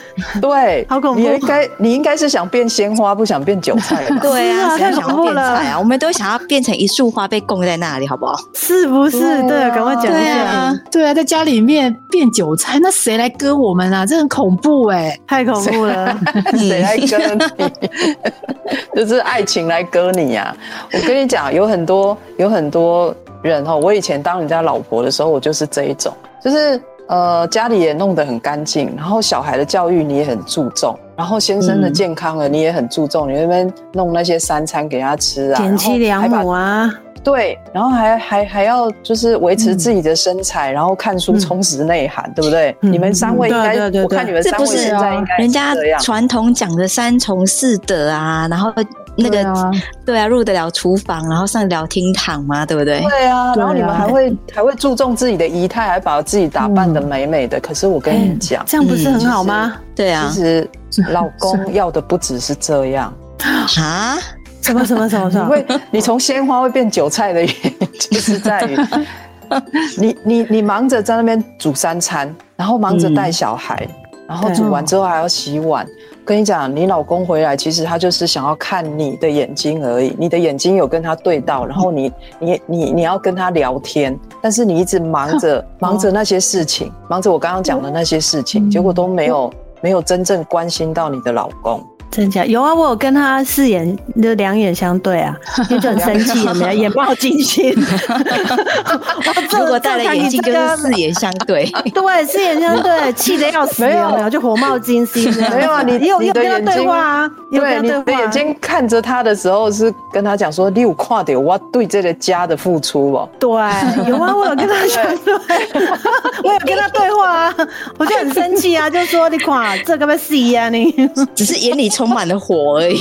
S4: 对，
S3: 好恐怖
S4: 你应该你应该是想变鲜花，不想变韭菜吧
S5: 对啊，
S3: 是啊
S5: 谁、
S3: 太
S5: 想
S3: 恐
S5: 要
S3: 怖
S5: 变
S3: 了
S5: 菜啊？我们都想要变成一束花被供在那里，好不好？
S3: 是不是？对，
S4: 对啊
S3: 赶快讲一
S5: 对
S3: 下，
S5: 啊，
S2: 对啊，在家里面变韭菜，那谁来割我们啊？这很恐怖哎、
S3: 太恐怖 了。
S4: 谁来割你？ 就是爱情来割你呀、我跟你讲，有很多有很多人哈，我以前当人家老婆的时候，我就是这一种，就是呃家里也弄得很干净，然后小孩的教育你也很注重，然后先生的
S5: 嗯
S4: 健康了你也很注重，你那边弄那些三餐给他吃啊，
S3: 贤妻良
S4: 然后还把
S3: 母啊，
S4: 对，然后还还还要就是维持自己的身材，然后看书
S3: 嗯
S4: 充实内涵，对不对？
S3: 嗯
S4: 你们三位应该，
S3: 对对对对
S4: 我看你们
S5: 这
S4: 三
S5: 不
S4: 位
S5: 是
S4: 现在应该
S5: 人
S4: 是
S5: 家
S4: 这样。
S5: 传统讲的三从四德啊，然后那
S2: 对
S5: 个
S2: 啊
S5: 对啊，入得了厨房，然后上得了厅堂嘛，对不对？
S4: 对啊，然后
S2: 对
S4: 你们
S2: 啊
S4: 还会还会注重自己的仪态，还把自己打扮的美美的。可是我跟你讲，
S3: 这样不是很好吗？
S5: 对啊
S4: 其，实老公要的不只是这样，
S5: 啊，
S3: 什么什么什么
S4: 你
S3: 什么？
S4: 会你从鲜花会变韭菜的原因，就是在于你你你忙着在那边煮三餐，然后忙着带小孩，然后煮完之后还要洗碗。跟你讲，你老公回来，其实他就是想要看你的眼睛而已。你的眼睛有跟他对到，然后你你你你要跟他聊天，但是你一直忙着忙着那些事情，忙着我刚刚讲的那些事情，结果都没有没有真正关心到你的老公。
S3: 真假？有啊，我有跟他四眼就两眼相对 啊，也就很生气，有没有？眼冒金星。
S5: 如果戴了眼镜就是四
S3: 眼，
S5: 眼相对，
S3: 对，四眼相对，气得要死，
S4: 没有
S3: 有没有？就火冒金星这样子。
S4: 没有啊你
S3: 又
S4: 你
S3: 又
S4: 的
S3: 跟他
S4: 眼睛
S3: 对话啊，又
S4: 对，
S3: 跟
S4: 你
S3: 他
S4: 的
S3: 对话啊。
S4: 眼睛看着他的时候，是跟他讲说：“你有看到我对这个家的付 出哦。
S3: 对，有啊，我有跟他相对， 我有跟他对话啊，我就很生气啊，就说你垮这个被死啊你。
S5: 只是眼里充满了火而已。”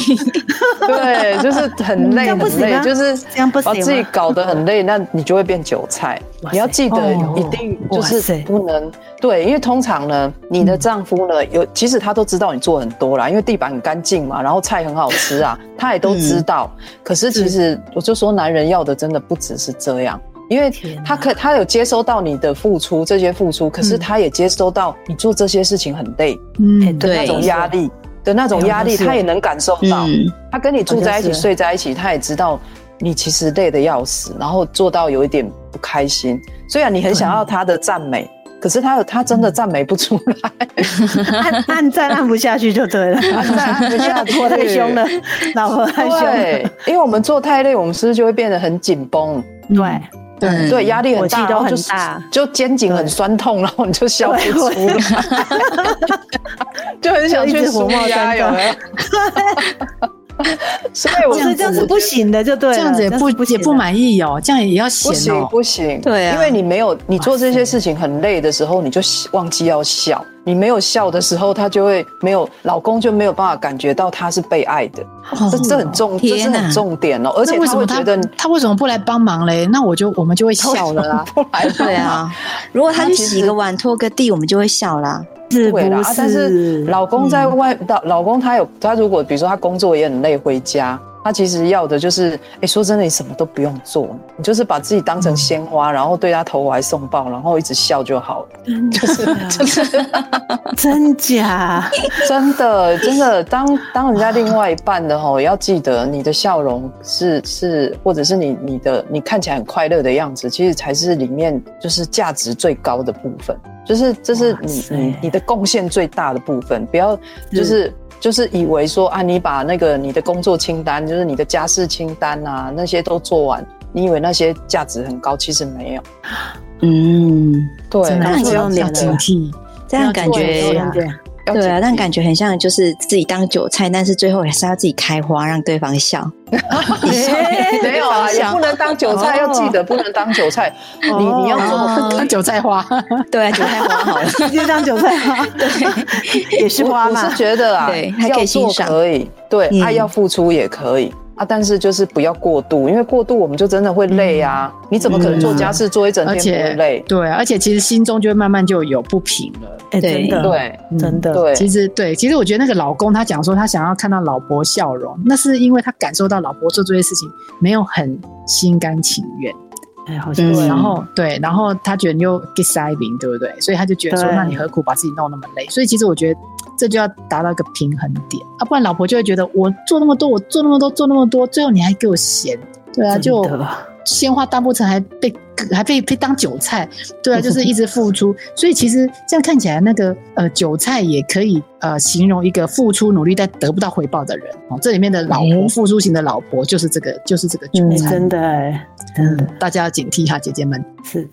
S4: 对，就是很
S3: 这
S4: 累，
S3: 样不
S4: 很
S3: 行
S4: 累，
S3: 啊
S4: 就是
S3: 这 样不行
S4: 把
S3: 吗
S4: 自己搞得很累，那你就会变韭菜。你要记得，
S2: 哦
S4: 一定
S3: 哇
S4: 就
S3: 塞
S4: 是不能对，因为通常呢，你的丈夫呢，有其实他都知道你做很多啦，因为地板很干净嘛，然后菜很好吃 啊，他也都知道。
S3: 嗯
S4: 可是其实我就说，男人要的真的不只是这样。因为他可他有接收到你的付出，这些付
S3: 嗯
S4: 出，可是他也接收到你做这些事情很累
S2: 嗯，
S4: 的那种压力的那种压
S3: 哎
S4: 力，
S3: 好像是
S4: 他也能感受到。
S5: 嗯，
S4: 他跟你住在一
S3: 好
S4: 起、
S3: 像是
S4: 睡在一起，他也知道你其实累得要死，然后做到有一点不开心。虽然你很想要他的赞美，可是他有他真的赞美不出 来，
S3: 按按再按不下去就对了，
S4: 他 赞按不下去
S3: 我太凶 了，老婆太凶了，
S4: 对，因为我们做太累，我们是不是就会变得很紧绷？
S3: 对，
S5: 嗯
S4: 对，压力很
S3: 火
S4: 大，
S3: 气都
S4: 然后就
S3: 很大
S4: 就肩颈很酸痛，然后你就笑不出来， 就很想
S3: 就一
S4: 去
S3: 直火
S4: 舒
S3: 冒
S4: 压，
S3: 三
S4: 有
S3: 丈
S4: 没有？ 所以我
S3: 所哦以这样
S4: 我
S3: 是不行的，就对了，
S2: 这样子也
S3: 是
S2: 不
S3: 行
S2: 也
S3: 的
S2: 不满意哦，这样也要
S4: 不
S2: 嫌
S4: 行
S2: 哦。
S4: 不行，
S5: 对啊
S4: 因为你没有你做这些事情很累的时候，你就忘记要笑。你没有笑的时候，他就会没有老公就没有办法感觉到他是被爱的，这这很重，这是
S5: 天哪
S4: 很重点哦。而且
S2: 哦那为
S4: 他
S2: 什
S4: 会
S2: 么
S4: 觉
S2: 他
S4: 得你
S2: 他为什么不来帮忙嘞？那我就我们就会笑了啊。
S4: 不 来
S5: 对
S4: 嘛，
S5: 啊，如果他去
S4: 他其实
S5: 洗个碗、拖个地，我们就会笑啦。
S3: 是
S4: 对啦
S3: 不
S4: 啊但是老公在外，老老公他有他如果比如说他工作也很累，回家。他其实要的就是，哎，说真的，你什么都不用做，你就是把自己当成鲜花，然后对他投怀送抱，然后一直笑就好了。
S3: 就是真假？
S4: 真的，真的，当当人家另外一半的吼，要记得你的笑容是是，或者是你你的你看起来很快乐的样子，其实才是里面就是价值最高的部分，就是这是
S3: 哇
S4: 你
S3: 塞
S4: 你你的贡献最大的部分，不要
S5: 嗯
S4: 就是。就是以为说啊，你把那个你的工作清单，就是你的家事清单啊，那些都做完，你以为那些价值很高，其实没有。
S5: 嗯，
S4: 对，
S2: 真
S3: 那
S2: 的
S3: 你
S2: 是
S3: 就
S2: 要
S3: 用
S2: 要
S3: 脸
S2: 警
S3: 了
S2: 惕，
S5: 这样感
S4: 对
S5: 觉
S4: 啊要
S5: 对啊，
S4: 警
S5: 但
S4: 惕
S5: 感觉很像就是自己当韭菜，但是最后还是要自己开花，让对方笑。
S4: 没有啊，也
S5: 想
S4: 不能当韭菜，
S3: 哦
S4: 要记得不能当韭菜。你你要
S5: 哦
S4: 做，
S2: 当韭菜花。
S5: 对啊，韭菜花 好了。
S3: 直接当韭菜花，也是花
S4: 我我
S3: 嘛
S4: 是。觉得啊
S5: 对，还可以
S4: 要
S5: 欣
S4: 做
S5: 赏
S4: 可以，对，啊
S5: 嗯
S4: 爱要付出也可以。啊，但是就是不要过度，因为过度我们就真的会累啊！你怎么可能做家
S5: 嗯
S4: 事做一整
S2: 而
S4: 天不会
S2: 且
S4: 累？
S2: 对，啊而且其实心中就会慢慢就有不平了。
S3: 哎，真
S5: 对
S3: 的，
S4: 对
S2: 嗯
S3: 真的，
S4: 对，
S2: 其实对，其实我觉得那个老公他讲说他想要看到老婆笑容，那是因为他感受到老婆做这些事情没有很心甘情愿，
S3: 哎，好像
S5: 嗯
S3: 是
S2: 然后对，然后他觉得你又 get s i d i n g 对不对？所以他就觉得说，
S3: 对
S2: 那你何苦把自己弄那么累？所以其实我觉得这就要达到一个平衡点啊，不然老婆就会觉得我做那么多，我做那么多，做那么多，最后你还给我闲，对啊，就
S3: 真的
S2: 鲜花大不成还被还被被当韭菜，对啊，就是一直付出。所以其实这样看起来，那个呃韭菜也可以呃形容一个付出努力但得不到回报的人哦。这里面的老婆、
S5: 哎
S2: 付出型的老婆就是这个就是这个韭
S3: 哎
S2: 菜，嗯
S3: 真的哎，真的
S2: 大家要警惕哈，姐姐们。
S3: 是。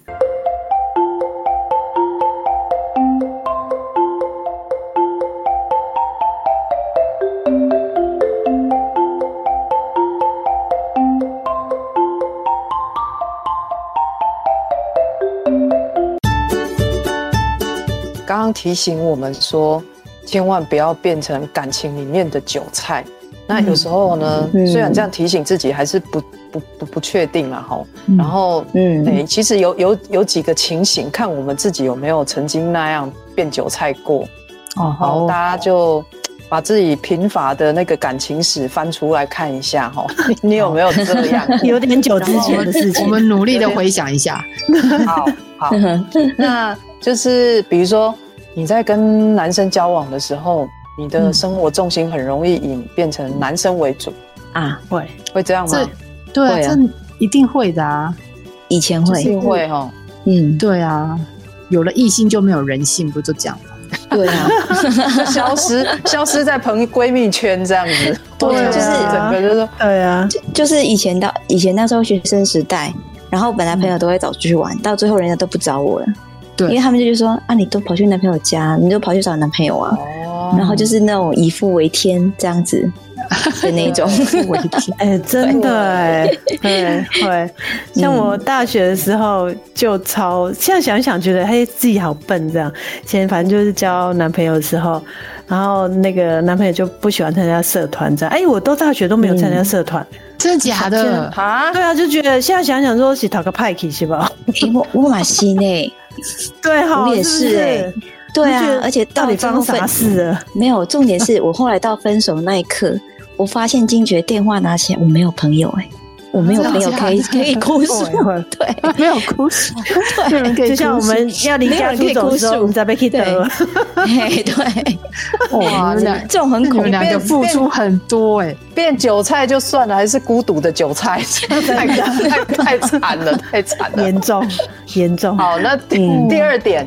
S4: 刚刚提醒我们说，千万不要变成感情里面的韭菜。那有时候呢，
S5: 嗯
S4: 虽然这样提醒自己，还是不不不不确定啦吼。
S2: 嗯
S4: 然后，
S5: 嗯
S4: 诶，其实有有有几个情形，看我们自己有没有曾经那样变韭菜过。
S2: 哦，
S4: 然后大家就把自己贫乏的那个感情史翻出来看一下哈， 你有没有这样？
S3: 有点久之前的事
S2: 我
S3: 情，
S2: 们努力的回想一下，
S4: 好好，那就是比如说你在跟男生交往的时候，你的生活重心很容易引变成男生为主，
S5: 啊，
S3: 会
S4: 会这样吗
S2: 这？对啊，
S4: 会啊
S2: 这一定会的啊，
S5: 以前
S4: 一
S5: 会，
S4: 定会哈。
S5: 嗯，
S2: 对啊，有了异性就没有人性，不就这样吗？
S5: 对啊，
S4: 就消失，消失在朋闺蜜圈这样子，
S3: 对
S5: 啊
S4: 就是整个就是
S3: 对啊，
S5: 就是以前到以前那时候学生时代，然后本来朋友都会找出去玩，到最后人家都不找我了，
S2: 对
S5: 因为他们就觉得说啊，你都跑去男朋友家，你都跑去找男朋友啊，
S4: 哦，
S5: 然后就是那种以父为天这样子的那种，
S2: 我的天，
S3: 哎、真的哎、对，会。像我大学的时候就超，现在想一想觉得嘿自己好笨这样。以前反正就是交男朋友的时候，然后那个男朋友就不喜欢参加社团这样。哎、我都大学都没有参加社团，
S2: 真的假的？
S4: 啊，
S3: 对啊，就觉得现在想想说是讨个派系是吧？
S5: 诶哎我我马西呢？
S3: 对哈，
S5: 我也
S3: 是不
S5: 是哎对
S3: 就觉
S5: 啊
S3: 得，
S5: 而且
S3: 到
S5: 到
S3: 底
S5: 最
S3: 发
S5: 后
S3: 生
S5: 分
S3: 啥事了？
S5: 没有，重点是我后来到分手那一刻，我发现惊觉电话拿起来，我没有朋友哎、我没有朋友可以
S2: 真的
S5: 可
S2: 假的
S5: 以哭诉，
S3: 会
S5: 对，
S2: 没有哭诉，没有人可以
S3: 就像我
S2: 哭诉
S3: 们要离
S5: 没有
S3: 家
S5: 人
S3: 出
S5: 可以
S3: 走
S5: 哭
S3: 的时
S5: 诉
S3: 候，我们才被 k i
S5: 对
S3: d
S5: 嘿，哎对，
S2: 哇，你们俩
S5: 这种很
S2: 那你
S5: 恐
S2: 们两个付出很多哎、
S4: 变韭菜就算了，还是孤独的韭菜， 太太太惨了，太惨了。
S3: 严重，严重。
S4: 好，那第、
S5: 嗯
S4: 第二点，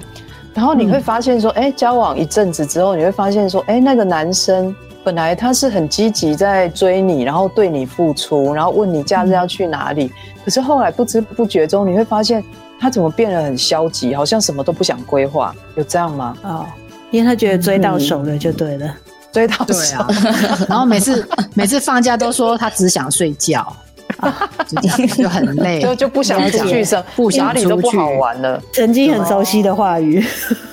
S4: 然后你会发现说，
S2: 嗯
S4: 哎、交往一阵子之后，你会发现说，哎、那个男生本来他是很积极在追你，然后对你付出，然后问你假日要去哪里，
S2: 嗯
S4: 可是后来不知不觉中，你会发现他怎么变得很消极，好像什么都不想规划，有这样吗？
S3: 哦，因为他觉得追到手了就对了。
S4: 追到
S2: 对
S4: 手
S2: 啊，然后每次每次放假都说他只想睡觉，啊、就这样就很累，
S4: 就就不想
S2: 啊了解
S4: 出去生，
S2: 不想
S4: 哪里都不
S2: 出去
S4: 好 玩了。
S3: 曾经很熟悉的话语，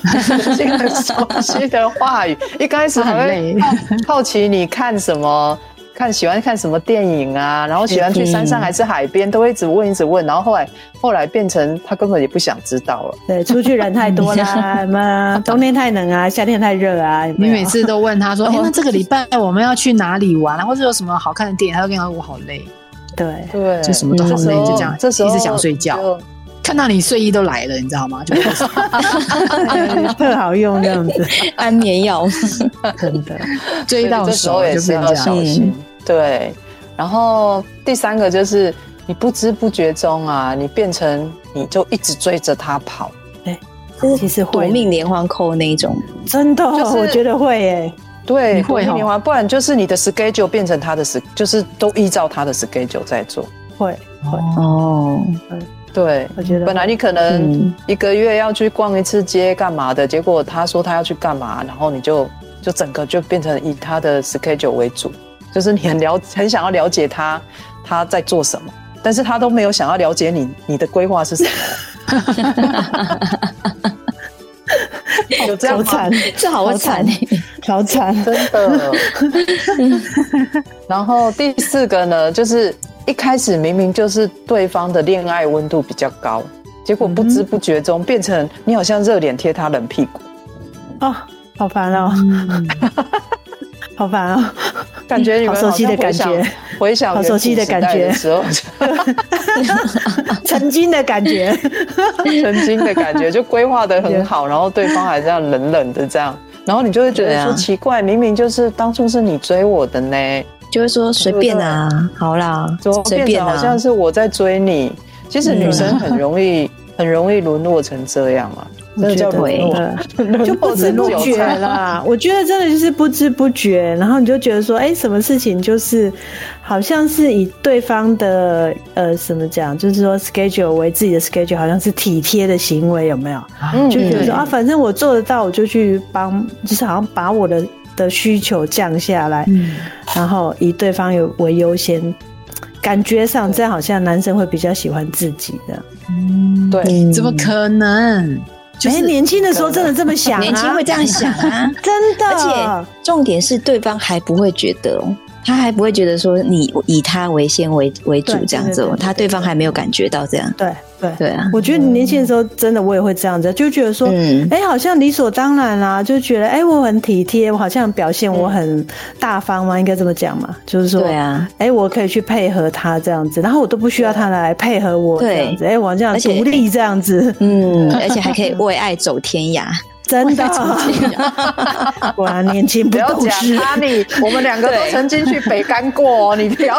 S4: 啊这个熟悉的话语，一开始还会
S2: 他
S4: 好好奇你看什么，看喜欢看什么电影啊，然后喜欢去山上还是海边，都会一直问一直问，然后后来后来变成他根本也不想知道了。
S3: 对，出去人太 多啦，妈，冬天太冷啊，夏天太热啊，有
S2: 你
S3: 没有
S2: 每次都问他说：“哎、那这个礼拜我们要去哪里玩啊，或者有什么好看的电影？”他就跟你说：“我好累，
S3: 对，
S4: 对，
S2: 就什么都好累，
S4: 嗯
S2: 就这样，
S4: 这时候
S2: 一直想睡觉，。看到你睡意都来了，你知道吗？就
S3: 特好用这样 子，
S5: 安眠药，
S3: 真的。
S4: 所以
S2: 追到
S4: 这时 候
S2: 手嗯
S4: 也
S2: 就是变
S4: 要
S2: 这样。
S4: 小心。对，然后第三个就是你不知不觉中啊，你变成你就一直追着他跑。
S5: 就是
S3: 其实
S5: 夺
S3: 会，
S5: 命连环扣那一种，
S3: 真的哦，
S4: 就是
S3: 我觉得会耶。
S4: 对，
S2: 你会
S4: 独
S2: 哦
S4: 立年华不然就是你的 schedule 变成他的 s 就是都依照他的 schedule 在做。
S3: 会会，
S2: 哦
S5: 哦，
S4: 对，
S3: 我觉得
S4: 本来你可能
S5: 嗯
S4: 一个月要去逛一次街干嘛的，结果他说他要去干嘛，然后你就就整个就变成以他的 schedule 为主，就是你很了很想要了解他他在做什么，但是他都没有想要了解你你的规划 是什么。有这样
S3: 好
S4: 吗
S3: 惨？，
S5: 这好惨哎、
S3: 好惨，
S4: 真 的。然后第四个呢，就是一开始明明就是对方的恋爱温度比较高，结果不知不觉中变成你好像热脸贴他冷屁股，
S3: 哦，好烦哦，
S4: 嗯
S3: 好烦哦，
S4: 感觉你们
S3: 好熟悉的感
S4: 好像
S3: 觉，
S4: 回想
S3: 好熟悉的感觉
S4: 远古时代的时候，
S3: 曾经的感觉，
S4: 曾经的感觉就规划的很好，然后对方还这样冷冷的这样。然后你就会觉
S5: 对
S4: 得
S5: 啊
S4: 说奇怪，明明就是当初是你追我的呢，
S5: 就会说随便啊，好啦
S4: 怎么，
S5: 随
S4: 变
S5: 便
S4: 得好
S5: 啊
S4: 像，是我在追你？其实女
S3: 嗯
S4: 生很容易很容易沦落成 这样啊，真的叫
S5: 我觉得
S4: 沦落，沦
S3: 欸就不啊
S4: 落
S3: 知
S4: 成
S3: 不
S4: 韭
S3: 觉
S4: 菜。
S3: 啦。我觉得真的就是不知不觉，然后你就觉得说，哎、什么事情就是好像是以对方的呃怎么讲，就是说 schedule 为自己的 schedule，好像是体贴的行为，有没有？
S4: 嗯
S3: 就觉得
S5: 对
S3: 说啊，反正我做得到，我就去帮，就是好像把我的的需求降下来，
S2: 嗯，
S3: 然后以对方有为优先。感觉上，这样好像男生会比较喜欢自己的。
S4: 对，
S5: 嗯
S2: 怎么可能？就
S3: 哎、
S2: 是
S3: 年轻的时候真的这么想啊？
S5: 年轻会这样想啊。
S3: 真的，
S5: 而且重点是对方还不会觉得哦，他还不会觉得说你以他为先为为主
S3: 对
S5: 这样子
S3: 对对
S5: 哦
S3: 对，对
S5: 他对方还没有感觉到这样，
S3: 对对
S5: 对啊，
S3: 我觉得你年轻的时候，真的我也会这样子，就觉得说，哎、
S5: 嗯，
S3: 好像理所当然啦、就觉得，哎、我很体贴，我好像表现我很大方嘛，应该这么讲嘛，就是说，
S5: 对，啊，
S3: 哎、我可以去配合他这样子，然后我都不需要他来配合我
S5: 对
S3: 这样子，哎、我这样
S5: 而且
S3: 独立这样子，
S5: 嗯，而且还可以为爱走天涯，
S3: 真的， 果然年轻
S4: 不
S3: 不
S4: 要
S3: 懂
S4: 讲
S3: 事，
S4: 他你，我们两个都
S5: 对
S4: 曾经去北干过哦，你不要。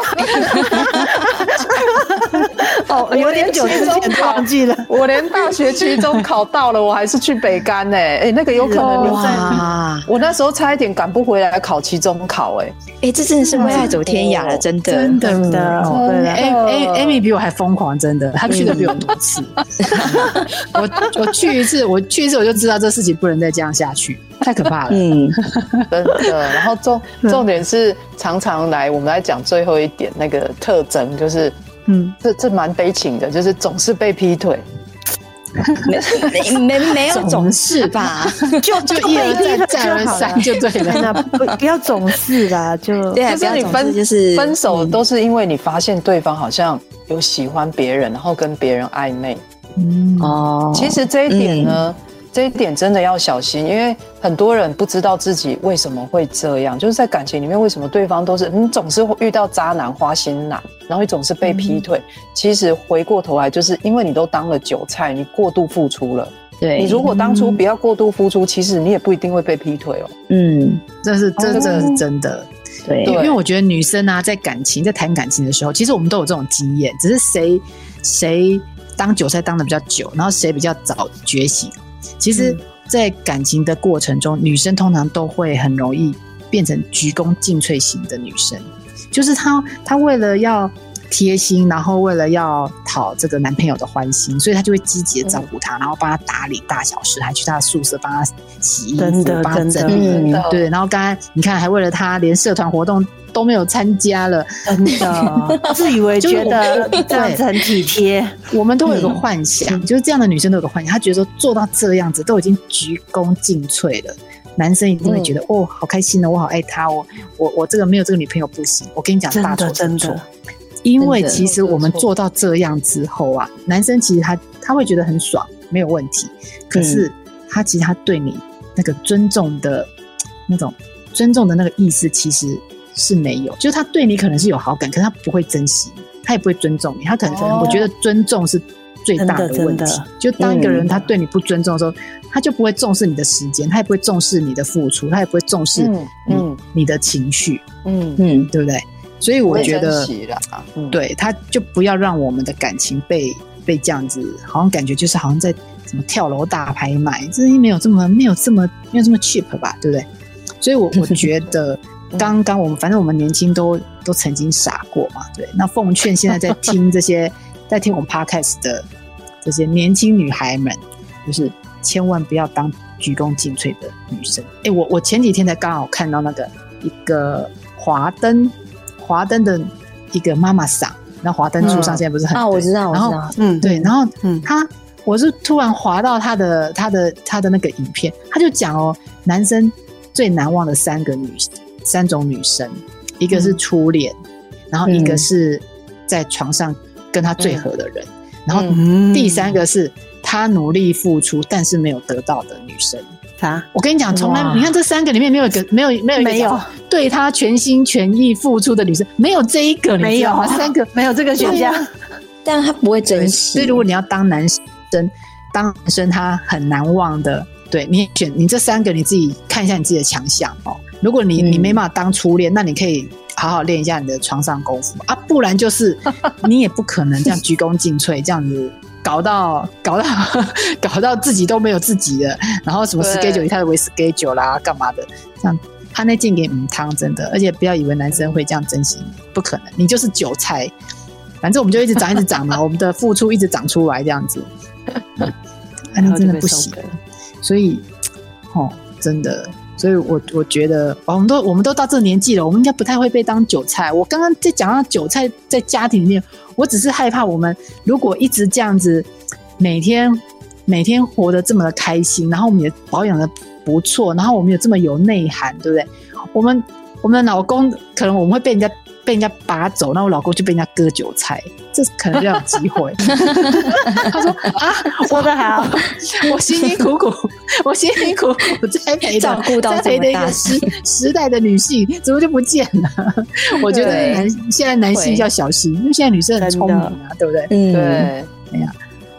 S3: 哦，有点久之前忘记了。
S4: 我连大学期中考到了，我还是去北干呢、哎、那个有可能留在。
S5: 哇，
S4: 我那时候差一点赶不回来考期中考、哎，
S5: 哎，这真的是为爱走天涯了，真的，
S2: 真的
S3: 真的
S2: 哦
S3: 对了
S2: ，A A Amy 比我还疯狂，真的，她去的比我多次。 我我去一次，我去一次我就知道这事情不能再这样下去，太可怕了。
S5: 嗯，
S4: 真的。然后重重点是，常常来我们来讲最后一点那个特征，就是
S3: 嗯，
S4: 这这蛮悲情的，就是总是被劈腿。
S5: 没没没有总是吧？
S3: 就
S2: 就一而再，再而三，就对
S3: 真
S2: 了。
S3: 的不不要总是啦，就
S5: 对啊，不
S4: 就是
S5: 要
S4: 你
S5: 总
S4: 分
S5: 是就是
S4: 分手都是因为你发现对方好像有喜欢别人，然后跟别人暧昧。
S2: 嗯，
S5: 哦，
S4: 其实这一点呢，这一点真的要小心，因为很多人不知道自己为什么会这样，就是在感情里面，为什么对方都是你总是会遇到渣男、花心男，然后你总是被劈腿。其实回过头来，就是因为你都当了韭菜，你过度付出了。
S5: 对，
S4: 你如果当
S2: 嗯
S4: 初不要过度付出，其实你也不一定会被劈腿哦。
S5: 嗯，
S2: 这是这这是真的，
S5: 对
S4: 对
S2: 因为我觉得女生啊，在感情在谈感情的时候，其实我们都有这种经验，只是谁谁当韭菜当的比较久，然后谁比较早觉醒。其实，
S3: 嗯
S2: 在感情的过程中，女生通常都会很容易变成鞠躬尽瘁型的女生，就是她她为了要。贴心，然后为了要讨这个男朋友的欢心，所以她就会积极的照顾
S3: 嗯
S2: 他，然后帮他打理大小事，还去他的宿舍帮他洗衣
S3: 真
S2: 服
S3: 的，
S2: 帮他
S3: 真的
S2: 整理
S5: 嗯
S4: 真的
S2: 对，然后刚才你看，还为了他连社团活动都没有参加了。
S3: 真 的自以为觉得这样子很体贴，
S2: 我们都有一个幻想，就是这样的女生都有个幻想，她觉得说做到这样子都已经鞠躬尽瘁了，男生一定会觉
S3: 嗯
S2: 得、哦，好开心哦，我好爱他哦，我我这个没有这个女朋友不行。我跟你讲，
S3: 真
S2: 大错
S3: 的
S2: 特
S3: 真
S2: 错
S3: 的。，
S2: 因为
S5: 真的
S2: 其实我们做到这样之后啊，男生其实他他会觉得很爽，没有问题。
S5: 嗯
S2: 可是他其实他对你那个尊重的那种尊重的那个意思，其实是没有。就是他对你可能是有好感，可是他不会珍惜，他也不会尊重你。他可能可能
S4: 哦
S2: 我觉得尊重是最大
S3: 真的
S2: 问题
S3: 真的。
S2: 就当一个人
S5: 嗯
S2: 他对你不尊重的时候，他就不会重视你的时间，他也不会重视你的付出，他也不会重视
S4: 嗯
S2: 你、
S4: 嗯
S2: 你的情绪，
S4: 嗯，
S5: 嗯，
S2: 对不对？所以我觉得
S4: 会珍。惜啦，嗯，
S2: 对，他就不要让我们的感情被被这样子，好像感觉就是好像在什么跳楼大拍卖，这没有这么没有这么没有这么 cheap 吧，对不对？所以我， 我觉得刚刚我们反正我们年轻都都曾经傻过嘛，对。那奉劝现在在听这些在听我们 podcast 的这些年轻女孩们，就是千万不要当鞠躬尽瘁的女生。哎、我我前几天才刚好看到那个一个华灯，华灯的一个妈妈桑，那华灯树上现
S4: 嗯
S2: 在不是很
S5: 啊，我知道，我
S2: 然
S5: 知
S2: 后
S5: 道，
S3: 嗯，
S2: 对，然后
S3: 嗯
S2: 他，我是突然滑到他的他的他的那个影片，他就讲哦，男生最难忘的三个女三种女生，一个是初恋，然后一个
S5: 嗯
S2: 是在床上跟他最合的人，然后
S3: 嗯
S2: 第三个是他努力付出但是没有得到的女生。
S3: 啥？
S2: 我跟你讲，从来
S5: 哇
S2: 你看这三个里面没有一个没有没有一个
S3: 没有
S2: 讲话对他全心全意付出的女生，没有这一个，你
S3: 没
S2: 知道
S3: 有
S2: 吗 三个啊
S3: 没有这个选项，
S5: 但他不会
S2: 对
S5: 珍惜。
S2: 所以如果你要当男生，当男生他很难忘的对你选你这三个，你自己看一下你自己的强项哦。如果你
S5: 嗯
S2: 你没办法当初恋，那你可以好好练一下你的床上功夫啊，不然就是你也不可能这样鞠躬尽瘁，这样子搞到搞到 搞到自己都没有自己的，然后什么
S4: 对
S2: schedule 一下为 schedule 啦，干嘛的，这样他那件给母汤真的，而且不要以为男生会这样珍惜你，不可能，你就是韭菜。反正我们就一直长，一直长嘛，我们的付出一直长出来这样子，啊，那真的不行。所以，哦，真的，所以我我觉得，哦我们都我们都到这个年纪了，我们应该不太会被当韭菜。我刚刚在讲到韭菜在家庭里面，我只是害怕我们如果一直这样子，每天每天活得这么的开心，然后我们也保养的不错，然后我们也这么有内涵，对不对？我们我们的老公可能我们会被人家被人家拔走，那我老公就被人家割韭菜，这可能比较有机会。他说啊，
S3: 说得好，
S2: 我辛辛苦 苦，我辛辛苦苦栽培的
S5: 照顾到
S2: 栽
S5: 这
S2: 培的
S5: 么
S2: 一
S5: 大
S2: 个时时代的女性，怎么就不见了？我觉得
S4: 对
S2: 男现在男性
S5: 会
S2: 要小心，因为现在女生很
S3: 真
S2: 聪明
S3: 的
S2: 啊，对不对？
S5: 嗯，
S4: 对，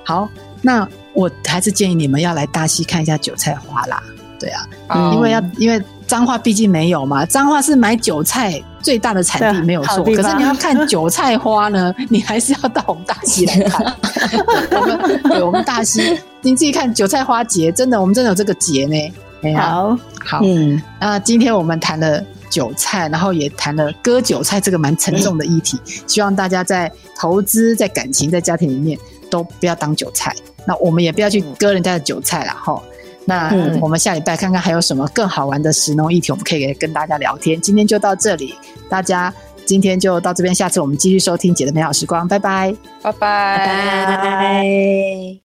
S2: 好，那我还是建议你们要来大溪看一下韭菜花啦，对啊，
S5: 嗯
S2: 因为要因为彰化毕竟没有嘛，彰化是买韭菜最大的产地
S3: 对
S2: 没有错，
S3: 好地
S2: 可
S3: 方
S2: 是你要看韭菜花呢，你还是要到我们大溪来看。 我们对我们大溪，你自己看韭菜花节，真的我们真的有这个节呢。哎呀，
S3: 好，
S2: 好，
S5: 嗯，
S2: 那今天我们谈了韭菜，然后也谈了割韭菜这个蛮沉重的议题，希望大家在投资、在感情、在家庭里面都不要当韭菜。那我们也不要去割人家的韭菜啦，哈、那
S5: 嗯
S2: 我们下礼拜看看还有什么更好玩的食农议题，我们可以跟大家聊天。今天就到这里，大家今天就到这边，下次我们继续收听《姐的美好时光》，拜拜。
S4: 拜拜
S5: 拜拜。